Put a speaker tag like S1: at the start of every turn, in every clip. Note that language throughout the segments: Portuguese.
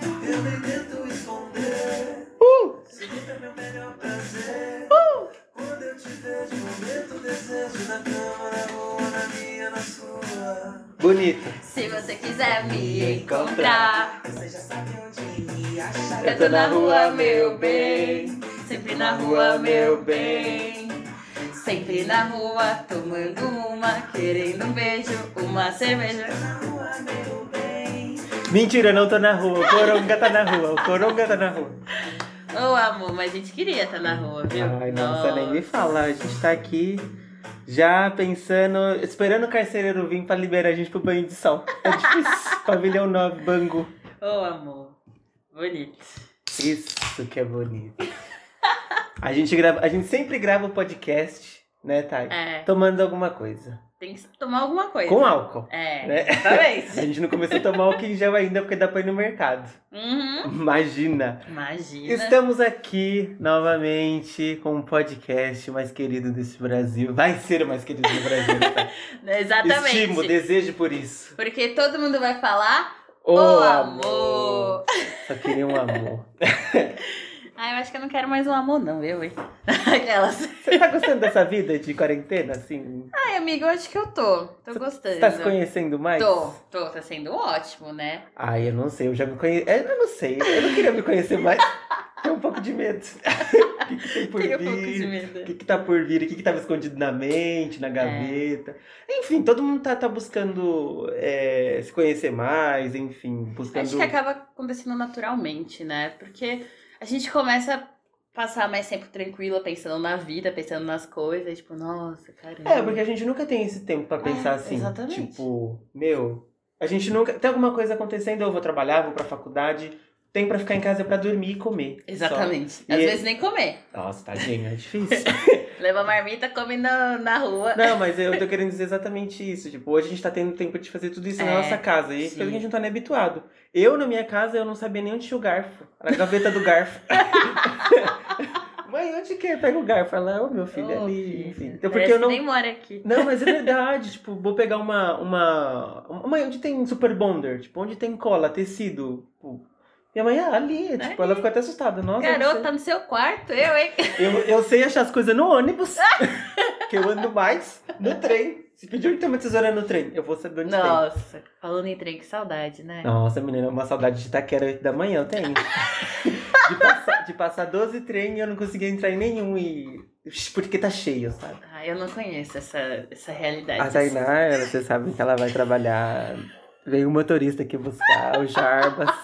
S1: Eu nem tento esconder. Significa meu melhor prazer. Quando eu te vejo, aumento o desejo na cama, na rua, na minha, na sua.
S2: Bonito.
S3: Se você quiser me encontrar,
S1: Você já sabe onde me achar.
S3: eu tô na rua, meu bem. Sempre na rua, meu bem. Sempre na rua, tomando uma, querendo um beijo, uma cerveja.
S1: Na rua, meu bem.
S2: Mentira, não tô na rua. O Coronga tá na rua. O Coronga tá na rua.
S3: Ô amor, mas a gente queria estar na rua, viu?
S2: Ai, nossa, nem me fala. A gente tá aqui já pensando, esperando o carcereiro vir pra liberar a gente pro banho de sol. É difícil. Pavilhão 9, Bangu.
S3: Ô amor, bonito.
S2: Isso que é bonito. A gente, grava, a gente sempre grava o podcast, né, Thay?
S3: É,
S2: Tomando alguma coisa.
S3: tem que tomar alguma coisa.
S2: Com álcool.
S3: É,
S2: Né?
S3: talvez.
S2: A gente não começou a tomar álcool em gel ainda, porque dá pra ir no mercado.
S3: Uhum.
S2: Imagina!
S3: Imagina.
S2: Estamos aqui novamente com o podcast mais querido desse Brasil. Vai ser o mais querido do Brasil. Tá?
S3: Exatamente.
S2: Estimo, desejo por isso.
S3: Porque todo mundo vai falar
S2: O
S3: o amor.
S2: Só queria um amor.
S3: Ah, eu acho que eu não quero mais um amor, não, eu, hein? Aquelas.
S2: Você tá gostando dessa vida de quarentena, assim?
S3: Ai, amigo, eu acho que eu tô. Tô gostando.
S2: Você tá se conhecendo mais?
S3: Tô, tô, tá sendo ótimo, né?
S2: Ai, eu não sei, eu já me conheço. Eu não sei, eu não queria me conhecer mais. Tenho um pouco de medo. O que, que tem por
S3: Tenho um
S2: vir?
S3: pouco de medo.
S2: O que, que tá por vir, o que, que tava escondido na mente,
S3: É.
S2: na gaveta. Enfim, todo mundo tá, tá buscando é, se conhecer mais, enfim, buscando.
S3: Acho que acaba acontecendo naturalmente, né? Porque a gente começa a passar mais tempo tranquila, pensando na vida, pensando nas coisas, tipo, nossa, caramba.
S2: É, porque a gente nunca tem esse tempo pra pensar
S3: É,
S2: assim.
S3: exatamente.
S2: Tipo, meu, a gente nunca. Tem alguma coisa acontecendo, eu vou trabalhar, vou pra faculdade. Tem pra ficar em casa pra dormir e comer.
S3: Exatamente.
S2: E é-
S3: Às
S2: ele-
S3: vezes nem comer.
S2: Só. Nossa, tadinho, é difícil.
S3: Leva marmita, come na, na rua.
S2: Não, mas eu tô querendo dizer exatamente isso. Tipo, hoje a gente tá tendo tempo de fazer tudo isso na
S3: É,
S2: nossa casa. E
S3: sim.
S2: pelo que a gente não tá nem habituado. Eu, na minha casa, eu não sabia nem onde tinha o garfo. Era a gaveta do garfo. Mãe, onde que é? Pega o garfo. Ela, ô meu filho, é
S3: Ô,
S2: ali.
S3: filho,
S2: Enfim. Então,
S3: parece
S2: porque eu
S3: que
S2: não.
S3: nem mora aqui.
S2: Não, mas é verdade. tipo, vou pegar uma. uma... Mãe, onde tem super bonder? Tipo, onde tem cola, tecido? Tipo, Minha mãe, ah, ali. Tipo, ela ficou até assustada. Nossa,
S3: Garota,
S2: você-
S3: tá no seu quarto, eu, hein?
S2: eu, eu sei achar as coisas no ônibus, que eu ando mais, no trem. Se pedir onde tem uma tesoura no trem, eu vou saber onde
S3: Nossa, falando em trem, que saudade, né?
S2: tem. Nossa, menina, uma saudade de Itaquera 8 da manhã, eu tenho. de, passar, de passar 12 trem, eu não consegui entrar em nenhum e... Porque tá cheio, sabe?
S3: Ah, eu não conheço essa, essa realidade.
S2: A Tainá, ela- vocês sabem que ela vai trabalhar... Veio o motorista aqui buscar, o Jarbas.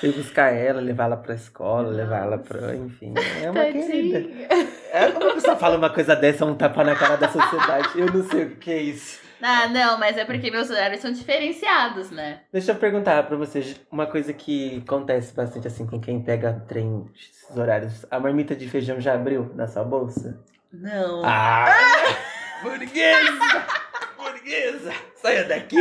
S2: Veio buscar ela, levar ela pra escola, levar ela pra... Enfim, é uma querida.
S3: Tadinha.
S2: É quando a pessoa fala uma coisa dessa, é um tapa na cara da sociedade. Eu não sei o que é isso.
S3: Ah, não, mas é porque meus horários são diferenciados, né?
S2: Deixa eu perguntar pra vocês uma coisa que acontece bastante assim com quem pega trem, esses horários. A marmita de feijão já abriu na sua bolsa?
S3: Não.
S2: Ah! burguesa! burguesa! Saia daqui!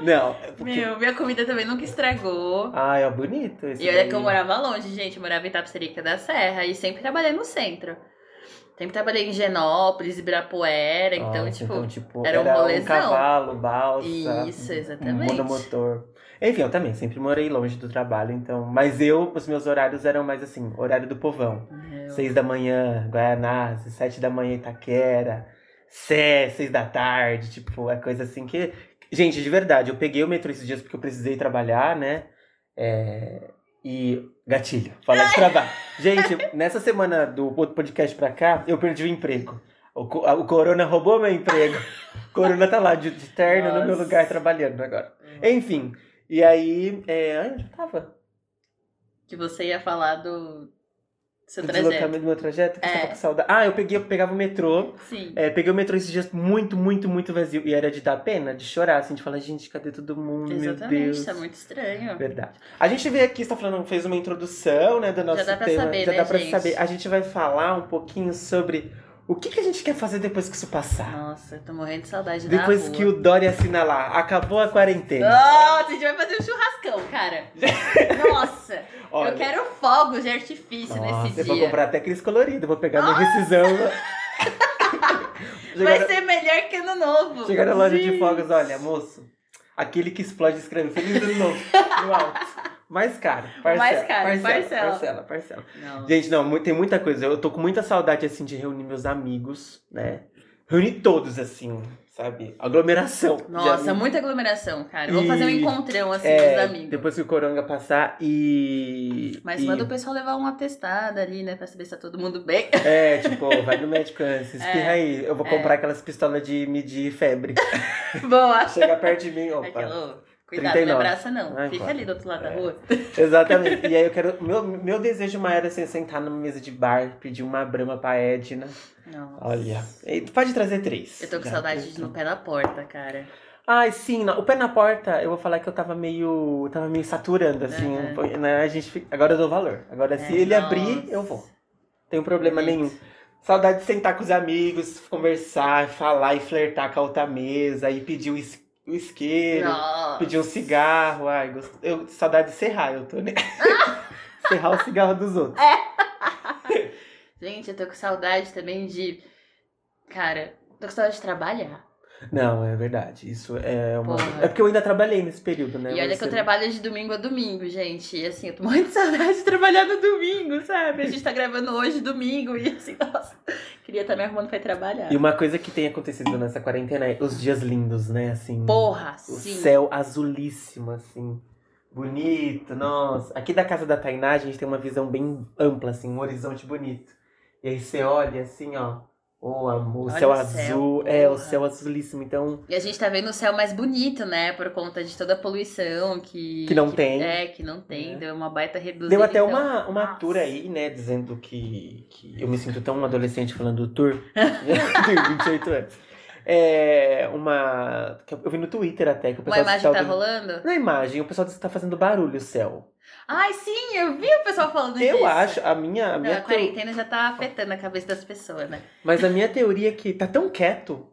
S2: não, é porque.
S3: Meu, minha comida também nunca estragou.
S2: Ah, é bonito esse.
S3: E olha
S2: daí.
S3: que eu morava longe, gente. Eu morava em Tapsirica da Serra e sempre trabalhei no centro. Sempre trabalhei em Genópolis, Ibirapuera, então,
S2: Nossa,
S3: tipo.
S2: então, tipo,
S3: era um
S2: um
S3: rolezão.
S2: cavalo, balsa.
S3: Isso, exatamente.
S2: Um monomotor. Enfim, eu também sempre morei longe do trabalho, então. Mas eu, os meus horários eram mais assim, horário do povão.
S3: Meu.
S2: Seis da manhã, Guaianazes, sete da manhã, Itaquera, Sé, seis da tarde, tipo, é coisa assim que. Gente, de verdade, eu peguei o metrô esses dias porque eu precisei trabalhar, né? É, E. Gatilho, falar de trabalho. Gente, nessa semana do outro podcast pra cá, eu perdi o emprego. O, co- o Corona roubou meu emprego. O Corona tá lá de, de terno no meu
S3: Nossa. Uhum.
S2: lugar trabalhando agora. Enfim, e aí. É... Onde eu tava?
S3: Que você ia falar do seu
S2: Do
S3: trajeto.
S2: deslocamento do meu trajeto? Que você
S3: É.
S2: tava com saudade. Ah, eu, peguei, eu pegava o metrô.
S3: Sim.
S2: É, peguei o metrô esses dias muito, muito, muito vazio. E era de dar pena, de chorar, assim, de falar, gente, cadê todo mundo? Meu
S3: Exatamente,
S2: Deus.
S3: tá muito estranho.
S2: Verdade. A gente veio aqui, você tá falando, fez uma introdução, né, do nosso
S3: dá pra
S2: tema.
S3: saber,
S2: Já
S3: né,
S2: dá pra
S3: gente?
S2: saber. A gente vai falar um pouquinho sobre o que, que a gente quer fazer depois que isso passar.
S3: Nossa, eu tô morrendo de saudade da
S2: depois
S3: rua. Ah,
S2: que o Dori assinar lá, acabou a quarentena.
S3: Nossa, a gente vai fazer um churrascão, cara. Nossa,
S2: Olha,
S3: eu quero fogos de artifício
S2: nossa,
S3: nesse
S2: eu vou
S3: dia.
S2: comprar até aqueles coloridos, vou pegar minha rescisão.
S3: Vai ser melhor que ano novo.
S2: Chegar na loja de
S3: Sim.
S2: fogos, olha, moço, aquele que explode escreve Feliz Ano Novo no alto. Mais caro.
S3: mais
S2: Parcela,
S3: caro,
S2: parcela,
S3: parcela.
S2: Parcela, parcela.
S3: Não.
S2: Gente, não, mu- tem muita coisa. Eu tô com muita saudade, assim, de reunir meus amigos, né? Reunir todos, assim, sabe? Aglomeração. de
S3: Nossa,
S2: amigos.
S3: muita aglomeração, cara. Vou fazer um
S2: E-
S3: encontrão assim
S2: É,
S3: com os amigos.
S2: Depois que o Coronga passar e.
S3: Mas
S2: e,
S3: manda o pessoal levar uma testada ali, né? Pra saber se tá todo mundo bem.
S2: É, tipo, vai no médico antes, espirra
S3: É,
S2: aí. Eu vou comprar aquelas pistolas de medir febre.
S3: Boa.
S2: Chega perto de mim, opa.
S3: Aquela, ô, cuidado,
S2: 39.
S3: não abraça não.
S2: Ai,
S3: Fica
S2: claro.
S3: ali do outro lado
S2: É.
S3: da rua.
S2: Exatamente. E aí eu quero. Meu, meu desejo maior é assim, sentar numa mesa de bar, pedir uma brama pra Edna.
S3: Não.
S2: Olha. E tu pode trazer três.
S3: Eu tô com
S2: Já.
S3: saudade de ir no pé da porta, cara.
S2: Ai, sim, não. o pé na porta, eu vou falar que eu tava meio. eu tava meio saturando, assim.
S3: Aham.
S2: foi, né? A gente, fica- agora eu dou valor. Agora, se
S3: É,
S2: ele
S3: nossa.
S2: abrir, eu vou. Tem um problema
S3: Bonito.
S2: nenhum. Saudade de sentar com os amigos, conversar, falar e flertar com a outra mesa, e pedir o, is, o isqueiro,
S3: Nossa.
S2: pedir um cigarro. Ai, gost... eu, saudade de serrar, eu tô, né? serrar o cigarro dos outros.
S3: Gente, eu tô com saudade também de. Cara, tô com saudade de trabalhar.
S2: Não, é verdade. Isso é uma.
S3: Porra.
S2: É porque eu ainda trabalhei nesse período, né?
S3: e olha que eu
S2: Você-
S3: trabalho de domingo a domingo, gente. E assim, eu tô morrendo de saudade de trabalhar no domingo, sabe? A gente tá gravando hoje, domingo, e assim, nossa, queria estar me arrumando pra ir trabalhar.
S2: E uma coisa que tem acontecido nessa quarentena é os dias lindos, né? Assim.
S3: Porra,
S2: O
S3: sim.
S2: céu azulíssimo, assim. Bonito, nossa. Aqui da casa da Tainá, a gente tem uma visão bem ampla, assim, um horizonte bonito. E aí você olha assim, ó. Oh, amor, o
S3: Olha
S2: céu
S3: o
S2: azul.
S3: céu,
S2: é, o
S3: porra.
S2: céu azulíssimo. Então,
S3: E a gente tá vendo o céu mais bonito, né? Por conta de toda a poluição que.
S2: Que não tem.
S3: É, que não tem.
S2: É.
S3: Deu uma baita reduzida.
S2: deu até
S3: então.
S2: uma, uma
S3: nossa.
S2: tour aí, né? Dizendo que, que. Eu me sinto tão adolescente falando do tour. Eu tenho 28 anos. É. Uma. que Eu vi no Twitter até que o
S3: Uma
S2: pessoal disse que
S3: imagem tá
S2: alguém-
S3: rolando?
S2: Na é imagem, o pessoal disse que tá fazendo barulho o céu.
S3: Ai, sim, eu vi o pessoal falando disso.
S2: Eu acho, a minha. A
S3: é Não,
S2: minha
S3: a
S2: teo-
S3: quarentena já tá afetando a cabeça das pessoas, né?
S2: Mas a minha teoria é que tá tão quieto.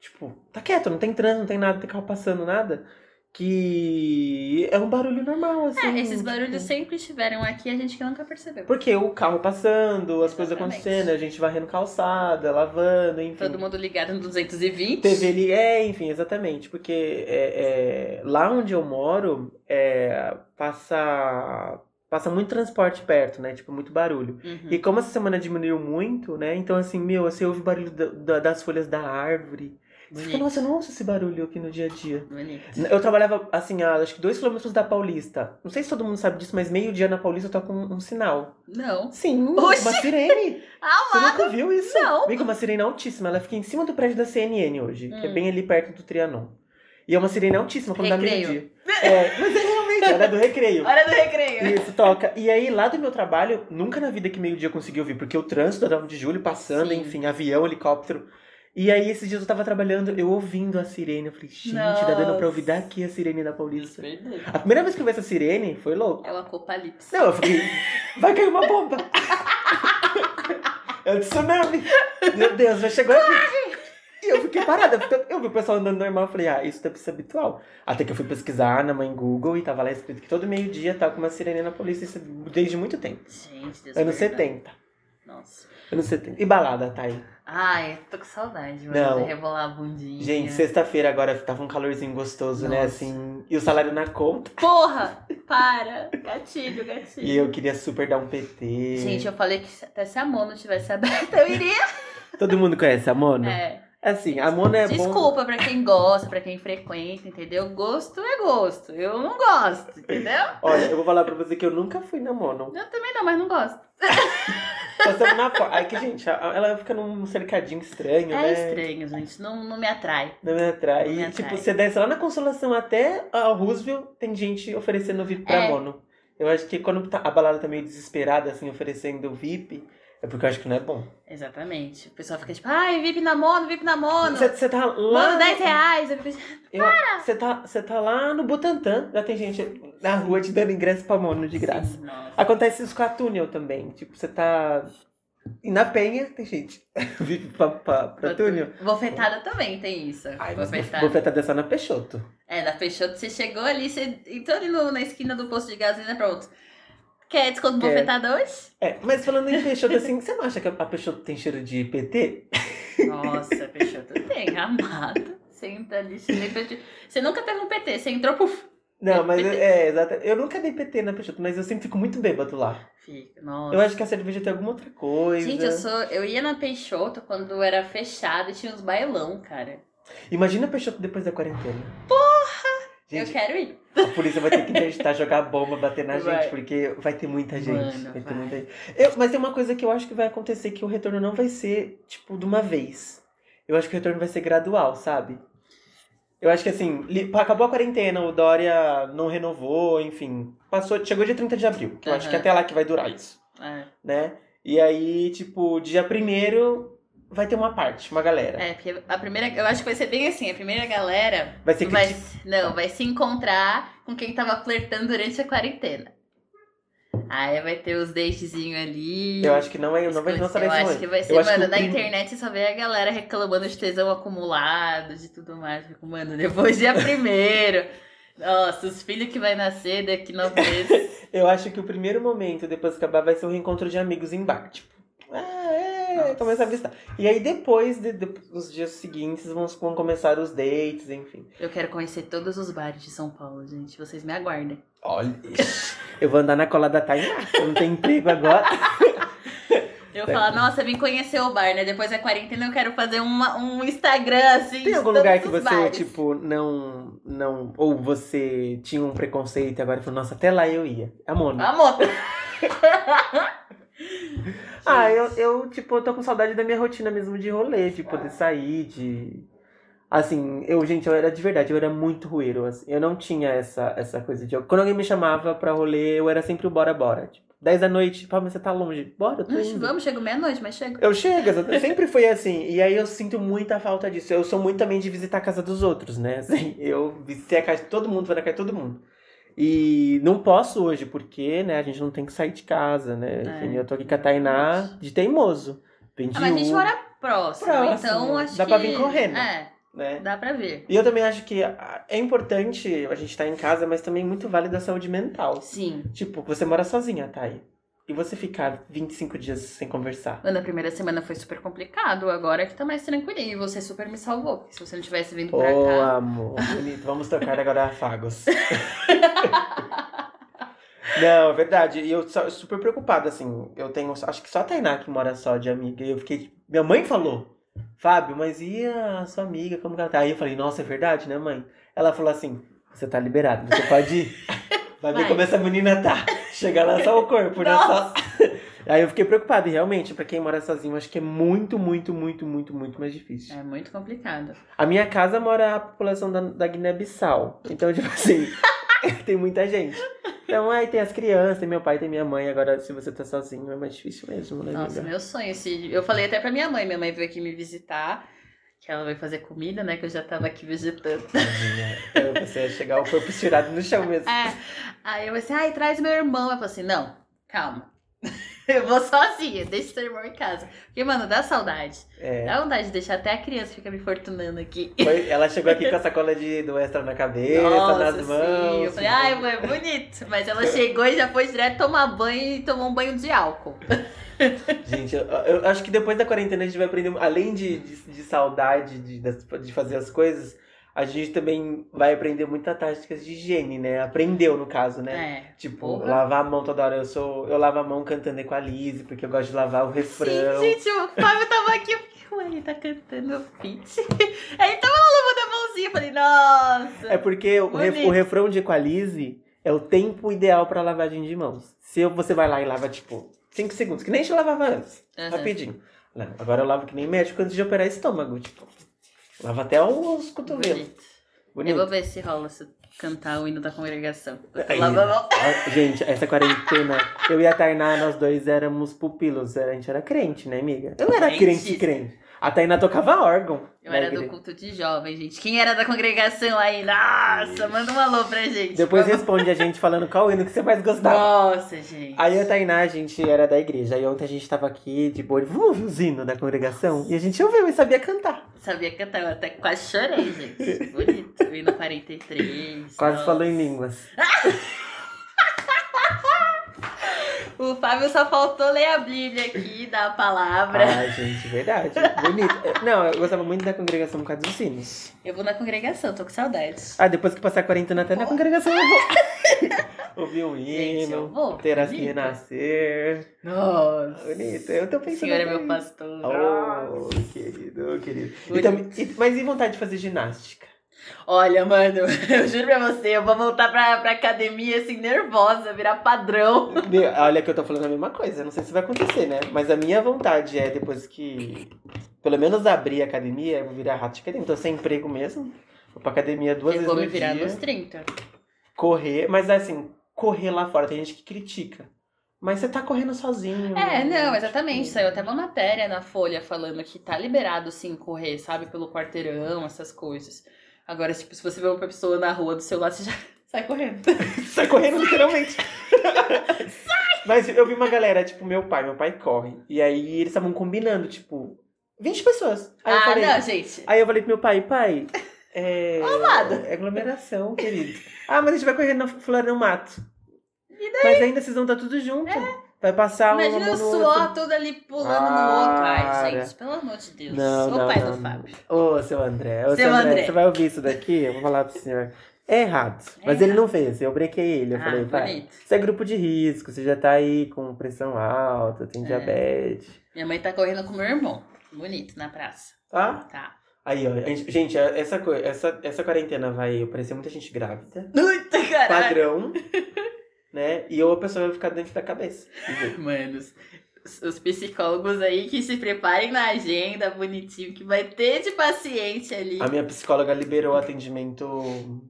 S2: Tipo, tá quieto, não tem trânsito, não tem nada, não tem carro passando, nada. Que é um barulho normal, assim.
S3: É, esses
S2: tipo,
S3: barulhos sempre estiveram aqui, a gente que nunca percebeu.
S2: Porque o carro passando, as coisas
S3: Exatamente.
S2: acontecendo, a gente varrendo calçada, lavando, enfim.
S3: Todo mundo ligado no 220.
S2: TV ali, é, enfim, exatamente. Porque é, é, lá onde eu moro, é, passa, passa muito transporte perto, né? Tipo, muito barulho.
S3: Uhum.
S2: E como essa semana diminuiu muito, né? Então, assim, meu, você ouve o barulho da- da- das folhas da árvore. Você fica,
S3: Bonito,
S2: nossa, eu não ouço esse barulho aqui no dia a dia.
S3: bonito.
S2: Eu trabalhava, assim, a, acho que dois quilômetros da Paulista. Não sei se todo mundo sabe disso, mas meio-dia na Paulista eu toco um, um sinal.
S3: Não.
S2: Sim,
S3: Oxi!
S2: uma sirene.
S3: Ah,
S2: Você nunca viu isso?
S3: Não.
S2: Vem com uma sirene altíssima. Ela fica em cima do prédio da CNN hoje, que é
S3: Hum.
S2: bem ali perto do Trianon. E é uma sirene altíssima, quando dá
S3: Recreio.
S2: meio-dia. É, mas é realmente, era do recreio.
S3: Hora do recreio.
S2: Isso, toca. E aí, lá do meu trabalho, nunca na vida que meio-dia eu consegui ouvir, porque o trânsito da 9 de julho passando,
S3: Sim.
S2: enfim, avião, helicóptero. E aí, esses dias eu tava trabalhando, eu ouvindo a sirene. Eu falei, gente, tá dando pra ouvir daqui a sirene da Paulista. A primeira vez que eu vi essa sirene, foi louco.
S3: É o apocalipse.
S2: Não, eu fiquei, vai cair uma bomba. é um tsunami. Meu Deus, já chegou aqui. E eu fiquei parada, porque eu vi o pessoal andando normal, eu falei, ah, isso deve ser habitual. Até que eu fui pesquisar na mãe Google e tava lá escrito que todo meio-dia tá com uma sirene na polícia, isso é desde muito tempo.
S3: Gente, Deus
S2: Anos
S3: perdoa.
S2: 70.
S3: Nossa.
S2: Anos 70. E balada, tá aí.
S3: Ai, tô com saudade, mano.
S2: Não.
S3: De rebolar a bundinha.
S2: Gente, sexta-feira agora tava um calorzinho gostoso, né?
S3: é. Nossa.
S2: Assim. E o salário na conta.
S3: Porra! Para! Gatilho, gatilho.
S2: E eu queria super dar um PT.
S3: Gente, eu falei que se- até se a Mono tivesse aberta, eu iria.
S2: Todo mundo conhece a Mona?
S3: É.
S2: Assim, a Mona é bom.
S3: Desculpa pra quem gosta, pra quem frequenta, entendeu? Gosto é gosto. Eu não gosto, entendeu?
S2: Olha, eu vou falar pra você que eu nunca fui na Mono.
S3: Eu também não, mas não gosto.
S2: Passando na porta. Ai, que, gente, a- ela fica num cercadinho estranho, né?
S3: É estranho, gente. Não, não me atrai.
S2: Não me atrai.
S3: Não me
S2: E,
S3: atrai.
S2: tipo, você desce lá na Consolação até a Roosevelt, tem gente oferecendo VIP pra
S3: É.
S2: mono. Eu acho que quando tá- a balada tá meio desesperada, assim, oferecendo VIP, é porque eu acho que não é bom.
S3: Exatamente. O pessoal fica tipo, ai, VIP na Mono, VIP na Mono.
S2: Você você tá lá.
S3: Mano, 10 reais. Eu fico,
S2: Você tá, você tá lá no Butantã, já tem gente na rua te dando ingresso pra mono de graça.
S3: Sim, nossa.
S2: Acontece isso com a túnel também. Tipo, você tá. E na penha tem gente. VIP pra, pra, pra túnel.
S3: Bofetada também tem isso.
S2: Ai, mas
S3: bofetada.
S2: bofetada é só na Peixoto.
S3: É, na Peixoto você chegou ali, você entrou ali no- na esquina do posto de gasolina, pronto. Quer desconto
S2: Quer.
S3: bofetada hoje?
S2: É, mas falando em Peixoto, assim, você não acha que a Peixoto tem cheiro de PT?
S3: Nossa, Peixoto tem, amado. Senta ali, você nem pedi- Você nunca teve um PT, você entrou, puf.
S2: Não, mas eu- é, exato. Eu nunca dei PT na Peixoto, mas eu sempre fico muito bêbado lá.
S3: Fica, nossa.
S2: Eu acho que a cerveja tem alguma outra coisa.
S3: Gente, eu sou. Eu ia na Peixoto quando era fechada e tinha uns bailão, cara.
S2: Imagina a Peixoto depois da quarentena. Porra! Gente,
S3: eu quero ir.
S2: a polícia vai ter que interditar jogar bomba, bater na
S3: Vai.
S2: gente, porque vai ter muita gente.
S3: Mano,
S2: vai ter
S3: vai.
S2: muita gente. Eu- mas tem uma coisa que eu acho que vai acontecer, que o retorno não vai ser, tipo, de uma vez. Eu acho que o retorno vai ser gradual, sabe? Eu acho que assim, li- acabou a quarentena, o Dória não renovou, enfim. Passou, chegou dia 30 de abril. que Eu acho que
S3: Aham.
S2: até lá que vai durar isso.
S3: É,
S2: né? E aí, tipo, dia primeiro vai ter uma parte, uma galera.
S3: é, porque a primeira. Eu acho que vai ser bem assim, a primeira galera
S2: Vai ser
S3: vai,
S2: criti-
S3: não, vai se encontrar com quem tava flertando durante a quarentena. Aí vai ter os datezinhos ali.
S2: Eu acho que não é, não vai não saber
S3: eu
S2: se
S3: acho
S2: não é.
S3: que vai ser,
S2: Eu acho que
S3: mano,
S2: o
S3: na
S2: prim-
S3: internet você só vê a galera reclamando de tesão acumulado, de tudo mais. Fico, mano, depois dia primeiro. Nossa, os filhos que vai nascer daqui nove meses.
S2: Eu acho que o primeiro momento, depois que acabar, vai ser um reencontro de amigos em bar. Tipo, ah, é,
S3: Nossa.
S2: começa a avistar. E aí depois, de, de- os dias seguintes, vão, vão começar os dates, enfim.
S3: Eu quero conhecer todos os bares de São Paulo, gente. Vocês me aguardem.
S2: Olha. Eu vou andar na cola da Tainá. Eu não tenho emprego agora.
S3: Eu
S2: Certo.
S3: falo, nossa, vim conhecer o bar, né? Depois da quarentena eu quero fazer uma- um Instagram,
S2: Tem
S3: assim. de
S2: algum
S3: todos
S2: lugar que
S3: os
S2: você,
S3: bares.
S2: tipo, não, não. Ou você tinha um preconceito e agora falou, nossa, até lá eu ia. Amor, não.
S3: Amor!
S2: Ah, eu, eu, tipo, eu tô com saudade da minha rotina mesmo de rolê, de poder sair, de. Assim, eu, gente, eu era de verdade, eu era muito rueiro. assim, eu não tinha essa, essa coisa de. Quando alguém me chamava pra rolê, eu era sempre o bora, bora. Tipo, 10 da noite, fala, mas você tá longe. Bora, eu tô
S3: Mas
S2: indo.
S3: vamos, chego meia-noite, mas chego.
S2: Eu chego, eu sempre foi assim. E aí eu sinto muita falta disso. Eu sou muito também de visitar a casa dos outros, né? Assim, eu visitei a casa de todo mundo, vou na casa de todo mundo. E não posso hoje, porque né, a gente não tem que sair de casa, né?
S3: É.
S2: Enfim, eu tô aqui com a Tainá de teimoso. Vem de
S3: Ah, mas a gente
S2: Uber,
S3: mora próximo,
S2: Próximo.
S3: então acho
S2: Dá
S3: que...
S2: pra vir correndo.
S3: É,
S2: né?
S3: dá pra vir.
S2: E eu também acho que ah, é importante a gente estar em casa, mas também é muito válido a saúde mental.
S3: Sim.
S2: Tipo, você mora sozinha, Thay. E você ficar 25 dias sem conversar.
S3: Mano, a primeira semana foi super complicado, agora que tá mais tranquilinho. E você super me salvou, porque se você não tivesse vindo
S2: Ô,
S3: pra cá...
S2: amor, bonito. Vamos tocar agora afagos. Não, é verdade. E eu só- super preocupada, assim. Eu tenho. Acho que só a Tainá que mora só de amiga. E eu fiquei. tipo, Minha mãe falou, Fábio, mas e a sua amiga? Como que ela tá? Aí eu falei, nossa, é verdade, né, mãe? Ela falou assim: você tá liberado, você pode ir. Vai, ver
S3: Vai.
S2: como essa menina tá. Chegar lá só o corpo, né? Só... Aí eu fiquei preocupada, e realmente, pra quem mora sozinho, acho que é muito, muito, muito, muito, muito mais difícil.
S3: É muito complicado.
S2: A minha casa mora a população da, da Guiné-Bissau. Então, tipo assim, tem muita gente. Então, aí tem as crianças, tem meu pai, tem minha mãe. Agora, se você tá sozinho, é mais difícil mesmo, né,
S3: Nossa,
S2: amiga?
S3: meu sonho. Esse... Eu falei até pra minha mãe, minha mãe veio aqui me visitar, que ela vai fazer comida, né, que eu já tava aqui vegetando.
S2: Tadinha. Então, Você ia chegar o corpo estirado no chão mesmo.
S3: É. Aí eu assim, ai, traz meu irmão. Eu falei assim, não, calma. Eu vou sozinha, deixa seu irmão em casa. Porque, mano, dá saudade.
S2: É.
S3: Dá vontade de deixar até a criança fica me fortunando aqui.
S2: Foi- ela chegou aqui com a sacola de, do extra na cabeça, nas mãos.
S3: sim. Eu falei, ai, mãe, é bonito. Mas ela chegou e já foi direto tomar banho e tomou um banho de álcool.
S2: Gente, eu, eu acho que depois da quarentena a gente vai aprender, além de, de, de saudade de, das- de fazer as coisas, a gente também vai aprender muitas táticas de higiene, né? Aprendeu, no caso, né?
S3: É.
S2: Tipo,
S3: Porra.
S2: lavar a mão toda hora. Eu sou. Eu lavo a mão cantando Equalize, porque eu gosto de lavar o refrão.
S3: Sim, gente, o Fábio tava aqui, eu fiquei, ué, ele tá cantando fit. Aí tava ela lavando a mãozinha, eu falei, nossa.
S2: É porque o, ref-
S3: Bonito.
S2: o refrão de Equalize é o tempo ideal pra lavagem de mãos. Se eu- você vai lá e lava, tipo, 5 segundos, que nem te lavava antes.
S3: Aham.
S2: É Rapidinho. Não, agora eu lavo que nem médico antes de operar estômago, tipo. Lava até os cotovelos.
S3: Bonito. Eu vou
S2: Bonito.
S3: ver se rola se eu cantar o hino da congregação. Eu tô
S2: Aí.
S3: lavando a mão.
S2: Ah, Gente, essa quarentena, eu e a Tainá, nós dois éramos pupilos. A gente era crente, né, amiga? Eu era crente,
S3: Crente.
S2: crente. A Tainá tocava órgão. né,
S3: Eu
S2: na
S3: era
S2: igreja.
S3: do culto de jovem, gente. Quem era da congregação aí? Nossa, manda um alô pra gente.
S2: Depois
S3: Vamos-
S2: responde a gente falando qual hino que você mais gostava.
S3: Nossa, gente.
S2: Aí a Tainá, a gente era da igreja. Aí ontem a gente tava aqui de boa. Vamos ouvir os hinos da congregação? E a gente ouviu e sabia cantar.
S3: Sabia cantar, eu até quase chorei, gente. Bonito. Fui no 43. então.
S2: Quase
S3: nossa.
S2: falou em línguas.
S3: O Fábio só faltou ler a Bíblia aqui da palavra.
S2: Ai, Ah, gente, verdade. Bonito. É, Não, eu gostava muito da congregação por causa dos sinos.
S3: Eu vou na congregação, tô com saudades.
S2: Ah, depois que passar a quarentena até na congregação eu vou. Ouvir um
S3: Gente, eu
S2: hino,
S3: vou.
S2: terás que
S3: bonito.
S2: renascer.
S3: Nossa.
S2: Bonito, eu tô pensando.
S3: O senhor é meu
S2: nisso.
S3: pastor.
S2: Oh, querido, querido. E
S3: Bonito.
S2: também- e- mas e vontade de fazer ginástica?
S3: Olha, mano, eu juro pra você, eu vou voltar pra, pra academia assim, nervosa, virar padrão.
S2: Meu, Olha que eu tô falando a mesma coisa, não sei se vai acontecer, né? Mas a minha vontade é, depois que pelo menos abrir a academia, eu vou virar rato de academia. Tô sem emprego mesmo. Vou pra academia duas
S3: eu
S2: vezes
S3: vou
S2: no
S3: me virar
S2: dia.
S3: nos 30.
S2: Correr, mas assim, correr lá fora, tem gente que critica. Mas você tá correndo sozinho. né?
S3: É, não, exatamente.
S2: Tipo,
S3: Saiu até uma matéria na Folha falando que tá liberado, sim, correr, sabe, pelo quarteirão, essas coisas. Agora, tipo, se você vê uma pessoa na rua do seu lado, você já sai correndo.
S2: Sai correndo literalmente. Mas eu vi uma galera, tipo, meu pai, meu pai corre. E aí eles estavam combinando, tipo, 20 pessoas. Aí eu
S3: ah,
S2: falei,
S3: não, gente.
S2: Aí eu falei pro meu pai, pai, é.
S3: lado.
S2: É aglomeração, querido. Ah, mas a gente vai correr na flor no mato. Mas ainda vocês vão estar tudo junto. Vai passar um.
S3: É. Imagina
S2: uma
S3: o
S2: no outro.
S3: suor todo ali pulando no outro.
S2: Para.
S3: Ai, gente, pelo amor de Deus.
S2: Não,
S3: Sou
S2: não,
S3: o pai
S2: não.
S3: do Fábio.
S2: Ô, seu André. Ô, seu,
S3: Seu
S2: André,
S3: André.
S2: você vai ouvir isso daqui? Eu vou falar pro senhor. É errado.
S3: É
S2: mas ele não fez, eu brequei ele. Eu
S3: ah,
S2: falei, pai,
S3: bonito.
S2: você é grupo de risco, você já tá aí com pressão alta,
S3: É.
S2: tem diabetes.
S3: Minha mãe tá correndo com meu irmão. Bonito, na praça.
S2: Tá?
S3: Tá.
S2: Aí, ó. a gente- Gente, essa, coi- essa, essa quarentena vai aparecer muita gente grávida.
S3: Muito caralho.
S2: padrão, né? E ou a pessoa vai ficar dentro da cabeça.
S3: Manos, os- os psicólogos aí que se preparem na agenda, bonitinho, que vai ter de paciente ali.
S2: A minha psicóloga liberou atendimento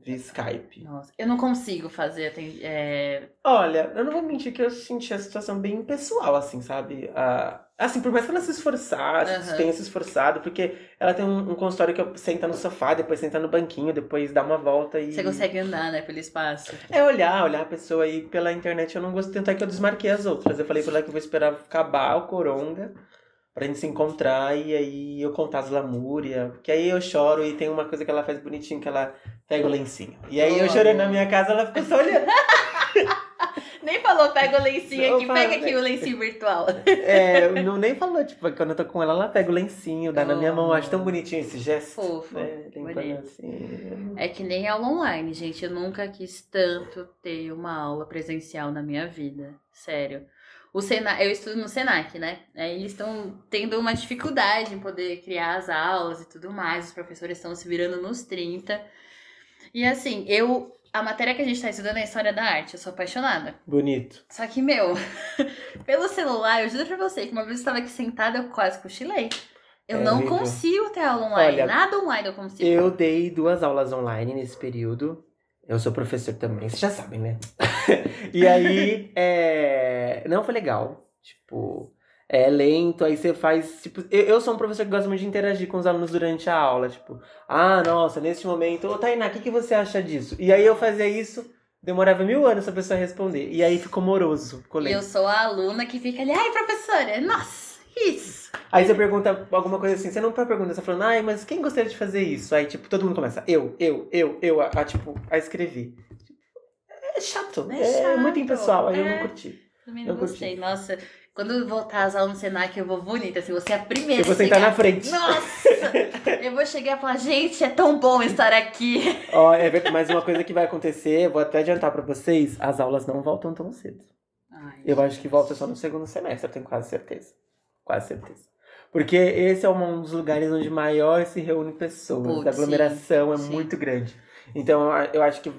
S2: via Skype.
S3: Nossa, eu não consigo fazer. aten- é,
S2: Olha, eu não vou mentir que eu senti a situação bem pessoal, assim, sabe? Ah, assim, por mais que ela se esforçasse,
S3: Aham.
S2: tenha se esforçado, porque ela tem um, um consultório que senta no sofá, depois senta no banquinho, depois dá uma volta e.
S3: Você consegue andar, né, pelo espaço.
S2: É olhar, olhar a pessoa aí pela internet. Eu não gosto tanto é que eu desmarquei as outras. Eu falei pra ela que eu vou esperar acabar o coronga pra gente se encontrar e aí eu contar as lamúrias. Porque aí eu choro e tem uma coisa que ela faz bonitinho que ela pega o lencinho. E aí eu
S3: Oh,
S2: chorando na
S3: amor.
S2: minha casa, ela ficou só olhando.
S3: Nem falou, pega o lencinho
S2: Não
S3: aqui,
S2: fala,
S3: pega aqui
S2: né?
S3: o lencinho virtual.
S2: é, não nem falou, tipo, quando eu tô com ela, ela pega o lencinho, dá na
S3: Oh,
S2: minha mão. Eu acho tão
S3: amor.
S2: bonitinho esse gesto.
S3: Fofo.
S2: É, limpando
S3: bonito.
S2: assim.
S3: É que nem aula online, gente. Eu nunca quis tanto ter uma aula presencial na minha vida. Sério. O Sena... Eu estudo no Senac, né? Aí eles estão tendo uma dificuldade em poder criar as aulas e tudo mais. Os professores estão se virando nos 30. E assim, eu. A matéria que a gente tá estudando é história da arte. Eu sou apaixonada.
S2: Bonito.
S3: Só que, meu, pelo celular, eu juro pra você que uma vez eu estava aqui sentada, eu quase cochilei. Eu
S2: É
S3: não
S2: horrível.
S3: consigo ter aula online.
S2: Olha,
S3: Nada online eu consigo.
S2: Eu dei duas aulas online nesse período. Eu sou professor também, vocês já sabem, né? e aí, é, não foi legal. Tipo, é lento, aí você faz. Tipo, eu, eu sou um professor que gosta muito de interagir com os alunos durante a aula. Tipo, ah, nossa, neste momento, ô Tainá, o que, que você acha disso? E aí eu fazia isso, demorava mil anos pra pessoa responder. E aí ficou moroso, ficou
S3: E eu
S2: lento.
S3: sou a aluna que fica ali, ai, professora, nossa, isso.
S2: Aí você pergunta alguma coisa assim, você não tá perguntando, você tá falando, ai, mas quem gostaria de fazer isso? Aí, tipo, todo mundo começa, eu, eu, eu, eu, a, a, tipo, a escrever. É chato,
S3: É
S2: é,
S3: chato,
S2: muito impessoal, aí eu não
S3: é.
S2: curti.
S3: Também
S2: Eu
S3: não
S2: curti.
S3: gostei, nossa. Quando eu voltar às aulas no Senac, eu vou bonita, assim, você é a primeira.
S2: Eu vou
S3: a
S2: sentar
S3: chegar.
S2: na frente.
S3: Nossa, eu vou chegar e falar, gente, é tão bom estar aqui.
S2: Ó, é ver- mas uma coisa que vai acontecer, vou até adiantar pra vocês, as aulas não voltam tão cedo.
S3: Ai,
S2: Eu acho que volta só no segundo semestre, eu tenho quase certeza. Quase certeza. Porque esse é um dos lugares onde maior se reúne pessoas.
S3: Putz,
S2: a aglomeração
S3: sim,
S2: é
S3: sim.
S2: muito grande. Então a- eu acho que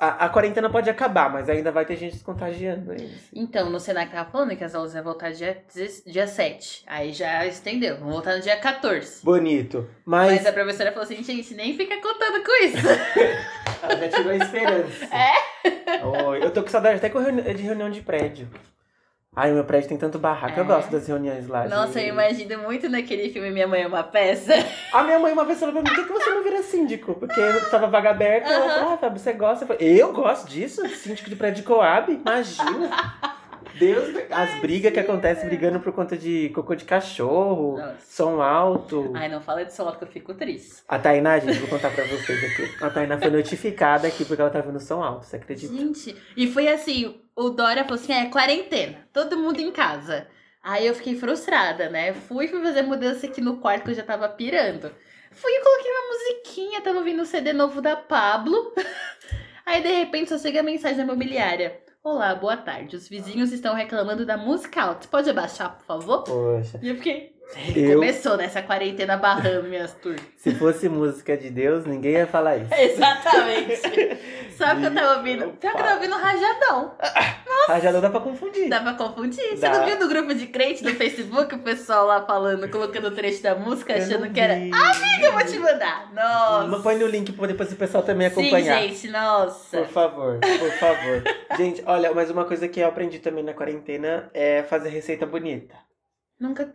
S2: a, a quarentena pode acabar, mas ainda vai ter gente se contagiando. ainda. assim.
S3: Então, no Senac tava falando que as aulas iam voltar dia, 10 dia 7. Aí já estendeu, vão voltar no dia 14.
S2: Bonito. Mas,
S3: Mas a professora falou assim, gente, nem fica contando com isso.
S2: ela ah, já tirou a esperança.
S3: É?
S2: Oi, eu tô com saudade até com reuni- de reunião de prédio. Ai, meu prédio tem tanto barraco. Eu
S3: É.
S2: gosto das reuniões lá.
S3: Nossa, eu
S2: gente.
S3: imagino muito naquele filme Minha Mãe é uma Peça.
S2: A minha mãe uma vez falou pra mim, por que que você não vira síndico? Porque eu tava vaga aberta, ela
S3: Aham.
S2: falou, ah, Fábio, você gosta? Eu, falei, eu gosto disso? Síndico de prédio de Coab? Imagina! Deus, me- as brigas que acontecem brigando por conta de cocô de cachorro,
S3: é. Nossa.
S2: som alto.
S3: Ai, não fala de solo que eu fico triste.
S2: A Tainá, gente, vou contar pra vocês aqui. A Tainá foi notificada aqui porque ela tava no som alto, você acredita?
S3: Gente, e foi assim, o Dória falou assim: é quarentena, todo mundo em casa. Aí eu fiquei frustrada, né? Fui, fui fazer mudança aqui no quarto que eu já tava pirando. Fui e coloquei uma musiquinha, tava ouvindo o CD novo da Pablo. Aí de repente só chega a mensagem da imobiliária. Olá, boa tarde. Os vizinhos estão reclamando da música alta. Você pode abaixar, por favor?
S2: Poxa.
S3: E eu fiquei.
S2: Eu,
S3: Começou nessa quarentena barrando minhas turmas.
S2: se fosse música de Deus, ninguém ia falar isso.
S3: Exatamente. Sabe o que eu tava ouvindo? Pior que eu tava ouvindo Rajadão.
S2: Ah, já não dá pra confundir.
S3: Dá pra confundir. Você
S2: Dá.
S3: não viu no grupo de crente do Facebook o pessoal lá falando, colocando o trecho da música, achando que era. "Ah,
S2: Amiga,
S3: Eu vou te mandar. Nossa.
S2: Põe no link pra depois o pessoal também
S3: Sim,
S2: acompanhar.
S3: gente, nossa.
S2: Por favor, por favor. gente, olha, mas uma coisa que eu aprendi também na quarentena é fazer receita bonita.
S3: Nunca.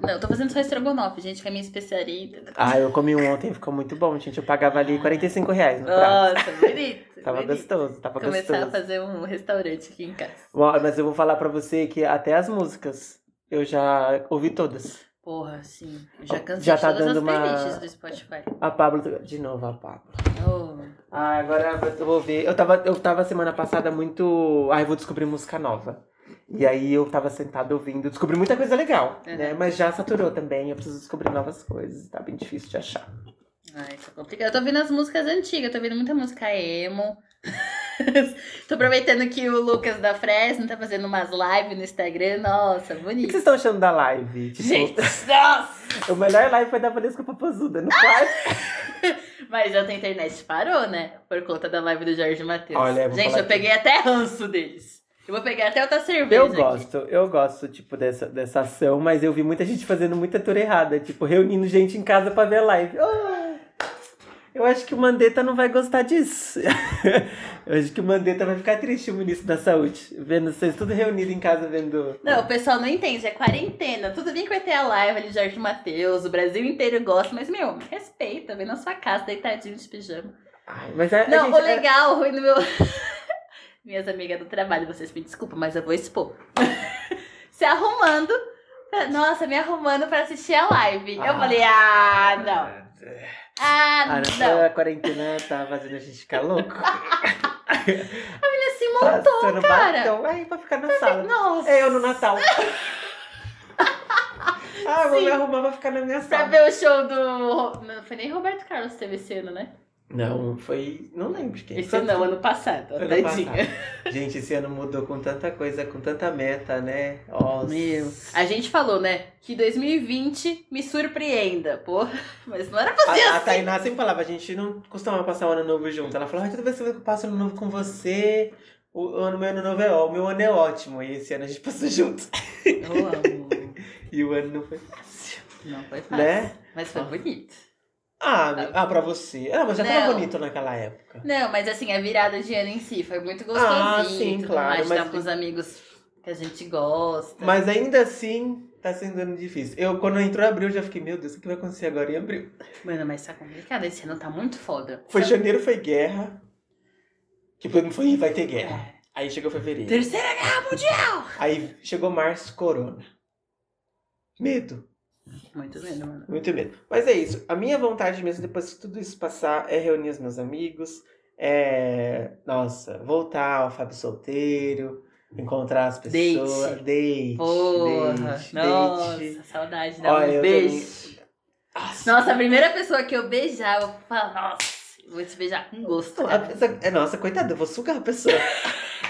S3: Não, eu tô fazendo só estrogonofe, gente, que é a minha especiaria.
S2: Ah, eu comi um ontem, ficou muito bom, gente. Eu pagava ali 45 reais no é um prato.
S3: Nossa, bonito.
S2: Tava
S3: bonito.
S2: gostoso, tava
S3: Ah, Começar a
S2: gostoso.
S3: fazer um restaurante aqui em casa.
S2: Ó, Mas eu vou falar pra você que até as músicas eu já ouvi todas.
S3: Porra, sim. Eu já cansei
S2: Já
S3: de
S2: tá
S3: todas
S2: dando
S3: as
S2: uma-
S3: playlists do Spotify.
S2: A Pablo. De novo, a Pablo.
S3: Oh,
S2: Ah, agora eu vou ver. Eu tava, eu tava semana passada muito. Ah, eu vou descobrir música nova. E aí eu tava sentado ouvindo, descobri muita coisa legal,
S3: Uhum.
S2: né? Mas já saturou também, eu preciso descobrir novas coisas. Tá bem difícil de achar.
S3: ai, isso é complicado. Eu tô ouvindo as músicas antigas, eu tô ouvindo muita música emo. tô aproveitando que o Lucas da Fresno tá fazendo umas lives no Instagram. Nossa,
S2: O que que
S3: bonito.
S2: vocês estão achando da live? Tipo,
S3: Gente, nossa!
S2: o melhor live foi da Valesca Papazuda,
S3: Ah,
S2: no quarto.
S3: Mas a internet parou, né? Por conta da live do Jorge Matheus.
S2: Olha, eu vou
S3: Gente,
S2: falar
S3: eu
S2: aqui.
S3: peguei até ranço deles. Eu vou pegar até outra cerveja.
S2: Eu
S3: aqui.
S2: gosto, eu gosto, tipo, dessa, dessa ação, mas eu vi muita gente fazendo muita tour errada, tipo, reunindo gente em casa pra ver a live. Ah, eu acho que o Mandetta não vai gostar disso. eu acho que o Mandetta vai ficar triste, o ministro da Saúde, vendo vocês tudo reunido em casa, vendo...
S3: Não, o pessoal não entende, é quarentena. Tudo bem que vai ter a live ali de Jorge Matheus, o Brasil inteiro gosta, mas, meu, respeita, vem na sua casa, deitadinho de pijama.
S2: Ai, mas a, a
S3: Não,
S2: gente- tá é
S3: o legal, o ruim do meu. Minhas amigas do trabalho, vocês me desculpam, mas eu vou expor. Se arrumando. pra- Nossa, me arrumando pra assistir a live. Eu
S2: Ah.
S3: falei, ah, não. Ah,
S2: A,
S3: não.
S2: a quarentena tá fazendo a gente ficar louco.
S3: Ele se montou,
S2: Passando
S3: cara. Tá
S2: batom. Aí, pra ficar na sala.
S3: Nossa.
S2: É eu no Natal. ah, vou
S3: Sim.
S2: me arrumar pra ficar na minha
S3: Pra
S2: sala.
S3: ver o show do. Não foi nem Roberto Carlos que teve esse ano, né?
S2: Não, foi. Não lembro de quem.
S3: Esse ano não, ano passado.
S2: Ano
S3: tadinha.
S2: passado. Gente, esse ano mudou com tanta coisa, com tanta meta, né? Nossa.
S3: Meu. A gente falou, né? Que 2020 me surpreenda. Porra, mas não era pra ser
S2: A, a
S3: assim.
S2: Tainá sempre falava, a gente não costumava passar o ano novo junto. Ela falava, "Ai, toda vez que eu passo o ano novo com você, o ano, meu ano novo é ó, o meu ano é ótimo. E esse ano a gente passou junto.
S3: Eu amo.
S2: E o ano não foi fácil,
S3: Não foi fácil.
S2: né?
S3: Mas foi
S2: Ah.
S3: bonito.
S2: Ah, me- ah, pra você. Ah, mas já
S3: Não.
S2: tava bonito naquela época.
S3: Não, mas assim, a virada de ano em si foi muito gostosinho.
S2: Ah, sim,
S3: tudo
S2: claro,
S3: mais,
S2: mas-
S3: Estar com os amigos que a gente gosta.
S2: Mas ainda assim, tá sendo ano difícil. Eu, quando entrou abril, eu já fiquei, meu Deus, o que vai acontecer agora em abril?
S3: Mano, mas tá complicado. Esse ano tá muito foda.
S2: Foi janeiro, foi guerra. Que pra mim foi, vai ter guerra.
S3: É.
S2: Aí chegou fevereiro.
S3: Terceira Guerra Mundial.
S2: Aí chegou março, corona. Medo,
S3: Muito medo, mano.
S2: muito medo. Mas é isso. A minha vontade mesmo, depois que tudo isso passar, é reunir os meus amigos. É. Nossa, voltar ao Fábio Solteiro. Encontrar as
S3: Date.
S2: pessoas. Date.
S3: Porra.
S2: date,
S3: nossa,
S2: date.
S3: saudade. Dá
S2: Olha,
S3: um
S2: eu
S3: beijo.
S2: Nossa,
S3: Nossa, a primeira pessoa que eu beijar, eu vou falar, nossa, vou te beijar com gosto.
S2: Não, a
S3: Cara.
S2: pessoa- é, nossa, coitada, eu vou sugar a pessoa.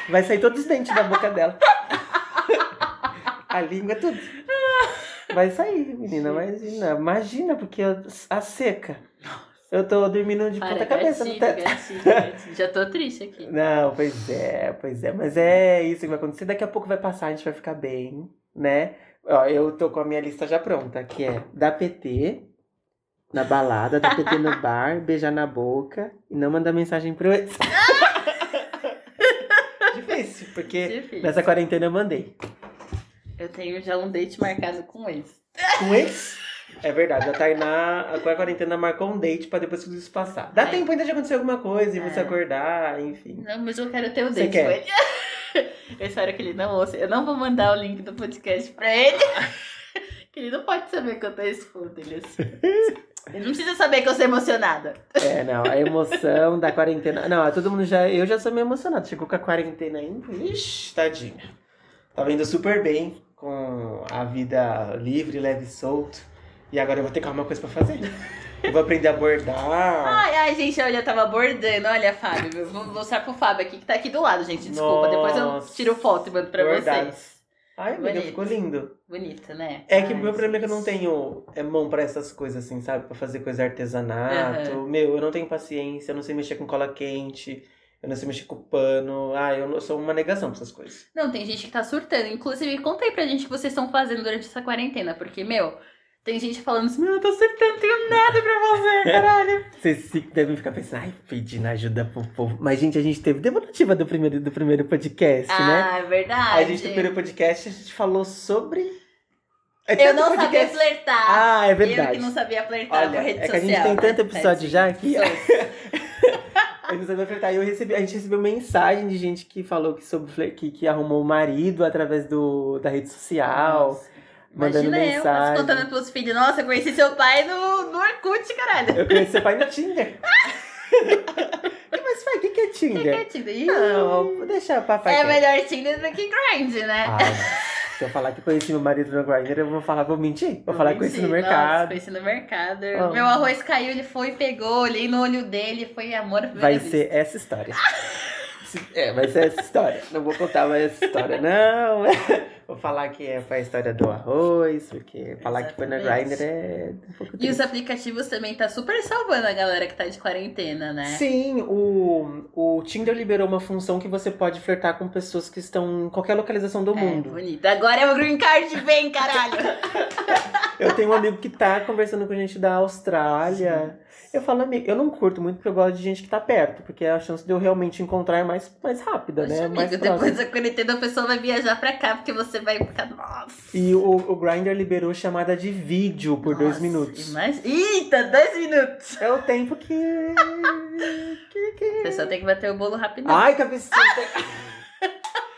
S2: Vai sair todos os dentes da boca dela. A língua, é tudo. Vai sair, menina, imagina. Imagina, porque eu- a seca. Eu tô dormindo de
S3: Para,
S2: ponta cabeça tá- no
S3: gatilho,
S2: teto.
S3: gatilho, gatilho. Já tô triste aqui.
S2: Não, pois é, pois é. Mas é isso que vai acontecer. Daqui a pouco vai passar, a gente vai ficar bem, né? Ó, eu tô com a minha lista já pronta, que é dar PT na balada, dar PT no bar, beijar na boca e não mandar mensagem pro ex. Difícil, porque
S3: Difícil.
S2: nessa quarentena eu mandei.
S3: Eu tenho já um date marcado com eles.
S2: Com ex? É verdade, a Tainá, agora a quarentena marcou um date pra depois tudo isso passar. Dá
S3: É.
S2: tempo ainda de acontecer alguma coisa e você
S3: É.
S2: acordar, enfim.
S3: Não, mas eu quero ter o
S2: Você
S3: date
S2: quer?
S3: com ele. Eu espero que ele não ouça. Eu não vou mandar o link do podcast pra ele. que ele não pode saber que eu tô expondo ele é assim. Não precisa saber que eu sou emocionada.
S2: É, não, a emoção da quarentena. Não, todo mundo já. Eu já sou meio emocionado. Chegou com a quarentena ainda. Ixi, tadinha. Tava indo super bem com a vida livre, leve e solto. E agora eu vou ter que arrumar coisa pra fazer. Eu vou aprender a bordar.
S3: Ai, ai, gente, olha, eu tava bordando. Olha, Fábio, eu vou mostrar pro Fábio aqui que tá aqui do lado, gente. Desculpa, depois eu
S2: Nossa.
S3: tiro foto e mando pra
S2: Bordado.
S3: vocês.
S2: Ai, amiga,
S3: bonito.
S2: ficou lindo.
S3: Bonito, né?
S2: É que
S3: Ai,
S2: o meu problema é que eu não
S3: gente.
S2: tenho é, mão pra essas coisas, assim, sabe? Pra fazer coisa artesanato. Meu, eu não tenho paciência, eu não sei mexer com cola quente, eu não sei mexer com pano. Ah, eu, não- eu sou uma negação pra essas coisas.
S3: Não, tem gente que tá surtando. Inclusive, conta aí pra gente o que vocês estão fazendo durante essa quarentena, porque, meu, tem gente falando assim, meu, eu tô surtando, não tenho nada pra fazer, caralho.
S2: Vocês se- devem ficar pensando, ai, pedindo ajuda pro povo. Mas, gente, a gente teve devolutiva do primeiro, do primeiro podcast, né?
S3: ah, é verdade.
S2: a gente, no primeiro podcast, a gente falou sobre. É
S3: Eu
S2: tanto
S3: não sabia
S2: podcast-
S3: flertar.
S2: Ah, é
S3: Eu que
S2: verdade.
S3: não sabia flertar
S2: Olha,
S3: com rede
S2: é que a
S3: social.
S2: gente tem tanto
S3: né?
S2: episódio já que
S3: Sou.
S2: a gente não sabe flertar. E eu recebi, a gente recebeu mensagem de gente que falou que, sobre, fler- que, que arrumou o marido através do, da rede social.
S3: Nossa.
S2: mandando
S3: Imagina eu, mas
S2: mensagem.
S3: contando pros filhos, nossa, eu conheci seu pai no, no Orkut, caralho.
S2: Eu conheci seu pai no Tinder. Mas, pai, o que, que é
S3: Que que é
S2: Tinder?
S3: Tinder? Ih,
S2: Não, vou deixar o papai
S3: é
S2: quieto.
S3: melhor Tinder do que Grind, né?
S2: Ah, se eu falar que conheci meu marido no Grindr, eu vou falar, vou mentir. Vou, falar que conheci no
S3: Nossa,
S2: mercado.
S3: conheci no mercado.
S2: Ah.
S3: Meu arroz caiu, ele foi e pegou, olhei no olho dele, foi amor. à primeira
S2: Vai
S3: vista.
S2: ser essa história. Se- É, vai ser essa história. Não vou contar mais essa história, não. Vou falar que é, foi a história do arroz, porque falar que foi no
S3: Exatamente.
S2: Grindr é um pouco
S3: E
S2: triste.
S3: os aplicativos também tá super salvando a galera que tá de quarentena, né?
S2: Sim, o, o Tinder liberou uma função que você pode flertar com pessoas que estão em qualquer localização do
S3: É,
S2: mundo.
S3: bonito. Agora é o green card, vem, caralho.
S2: Eu tenho um amigo que tá conversando com gente da Austrália. Eu falo, amigo, eu não curto muito porque eu gosto de gente que tá perto, porque a chance de eu realmente encontrar é mais, mais rápida,
S3: Poxa,
S2: né?
S3: amigo,
S2: mais próxima.
S3: depois da quarentena a pessoa vai viajar pra cá, porque você vai ficar, nossa.
S2: E o, o Grindr liberou chamada de vídeo por dois
S3: Nossa,
S2: minutos.
S3: imagi- Eita, dois minutos.
S2: É o tempo que. que,
S3: A
S2: que...
S3: pessoa tem que bater o bolo rapidão.
S2: Ai, cabecinha!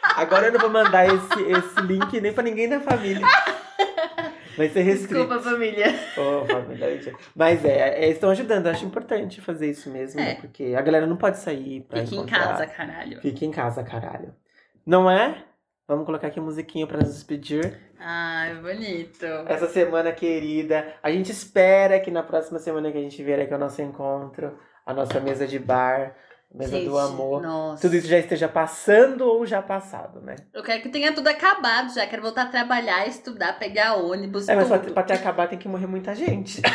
S2: Agora eu não vou mandar esse, esse link nem pra ninguém da família. Vai ser restrito.
S3: Desculpa, família.
S2: Ô, família. Mas é, é, estão ajudando, eu acho importante fazer isso mesmo,
S3: É.
S2: né? Porque a galera não pode sair pra
S3: Fique em
S2: encontrar.
S3: casa, caralho.
S2: Fique em casa, caralho. Não é? Vamos colocar aqui a musiquinha pra nos despedir.
S3: Ai, bonito.
S2: Essa semana querida, a gente espera que na próxima semana que a gente vier aqui ao nosso encontro, a nossa mesa de bar, mesa
S3: Gente,
S2: do amor,
S3: Nossa.
S2: tudo isso já esteja passando ou já passado, né?
S3: Eu quero que tenha tudo acabado já. Quero voltar a trabalhar, estudar, pegar ônibus.
S2: É, mas pra,
S3: tudo.
S2: pra ter acabar tem que morrer muita gente.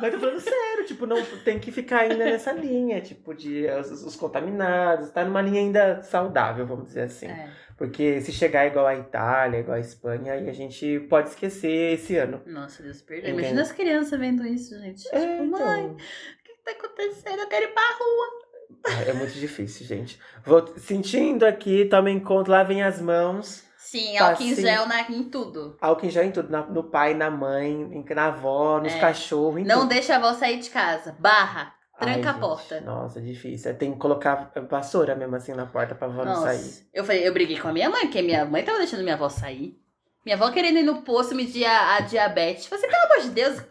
S2: Mas tô falando sério, tipo, não tem que ficar ainda nessa linha, tipo, de os, os contaminados, tá numa linha ainda saudável, vamos dizer assim.
S3: É.
S2: Porque se chegar igual à Itália, igual à Espanha, aí a gente pode esquecer esse ano.
S3: Nossa, Deus perdoe.
S2: Entendo.
S3: Imagina as crianças vendo isso, gente.
S2: É,
S3: tipo, mãe,
S2: então,
S3: o que que tá acontecendo? Eu quero ir pra rua.
S2: é, é muito difícil, gente. Vou sentindo aqui, tomem conta, lavem as mãos.
S3: Sim, álcool em
S2: Passinho.
S3: gel na, em tudo.
S2: Álcool em gel em tudo, na- no pai, na mãe, em- na avó, nos
S3: É.
S2: cachorros, em
S3: Não
S2: tudo.
S3: deixa a avó sair de casa. Barra.
S2: Ai,
S3: Tranca a
S2: gente,
S3: porta.
S2: Nossa, é difícil. Tem que colocar vassoura mesmo assim na porta pra vó não
S3: Nossa.
S2: sair.
S3: Eu falei, eu briguei com a minha mãe, porque minha mãe tava deixando minha avó sair. Minha avó querendo ir no posto medir a, a diabetes. Falei assim, pelo amor de Deus,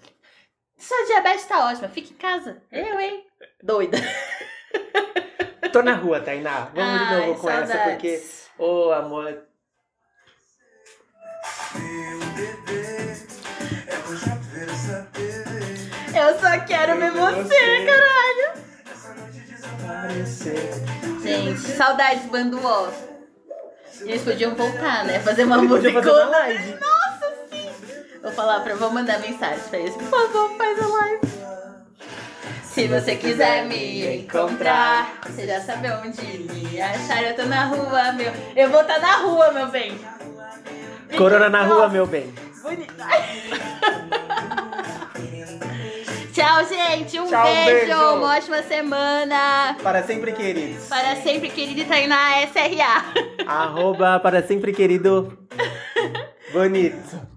S3: sua diabetes tá ótima, fica em casa. Eu, hein? Doida.
S2: Tô na rua, Tainá. Vamos de
S3: Ai,
S2: novo com essa, porque.
S3: saudades.
S2: Ô, amor.
S1: Meu bebê, eu vou já ver essa TV.
S3: Eu só quero ver
S2: é
S3: você, cara.
S1: Essa noite desaparecer.
S2: é
S3: Gente, saudades, bando ó. Eles podiam voltar, né? Fazer uma
S2: Podia fazer uma
S3: música.
S2: live.
S3: Vou falar pra. Vou mandar mensagem pra eles. Por favor, faz a live. Se você quiser me encontrar, você já sabe onde me achar. Eu tô na rua, meu. Eu vou estar na rua, meu bem.
S2: Corona na rua, meu bem.
S3: Bonito. Tchau, gente. Um
S2: Tchau,
S3: beijo.
S2: beijo.
S3: Uma ótima semana.
S2: Para sempre, queridos.
S3: Para sempre, querida Tainá SRA.
S2: Arroba para sempre, querido. Bonito.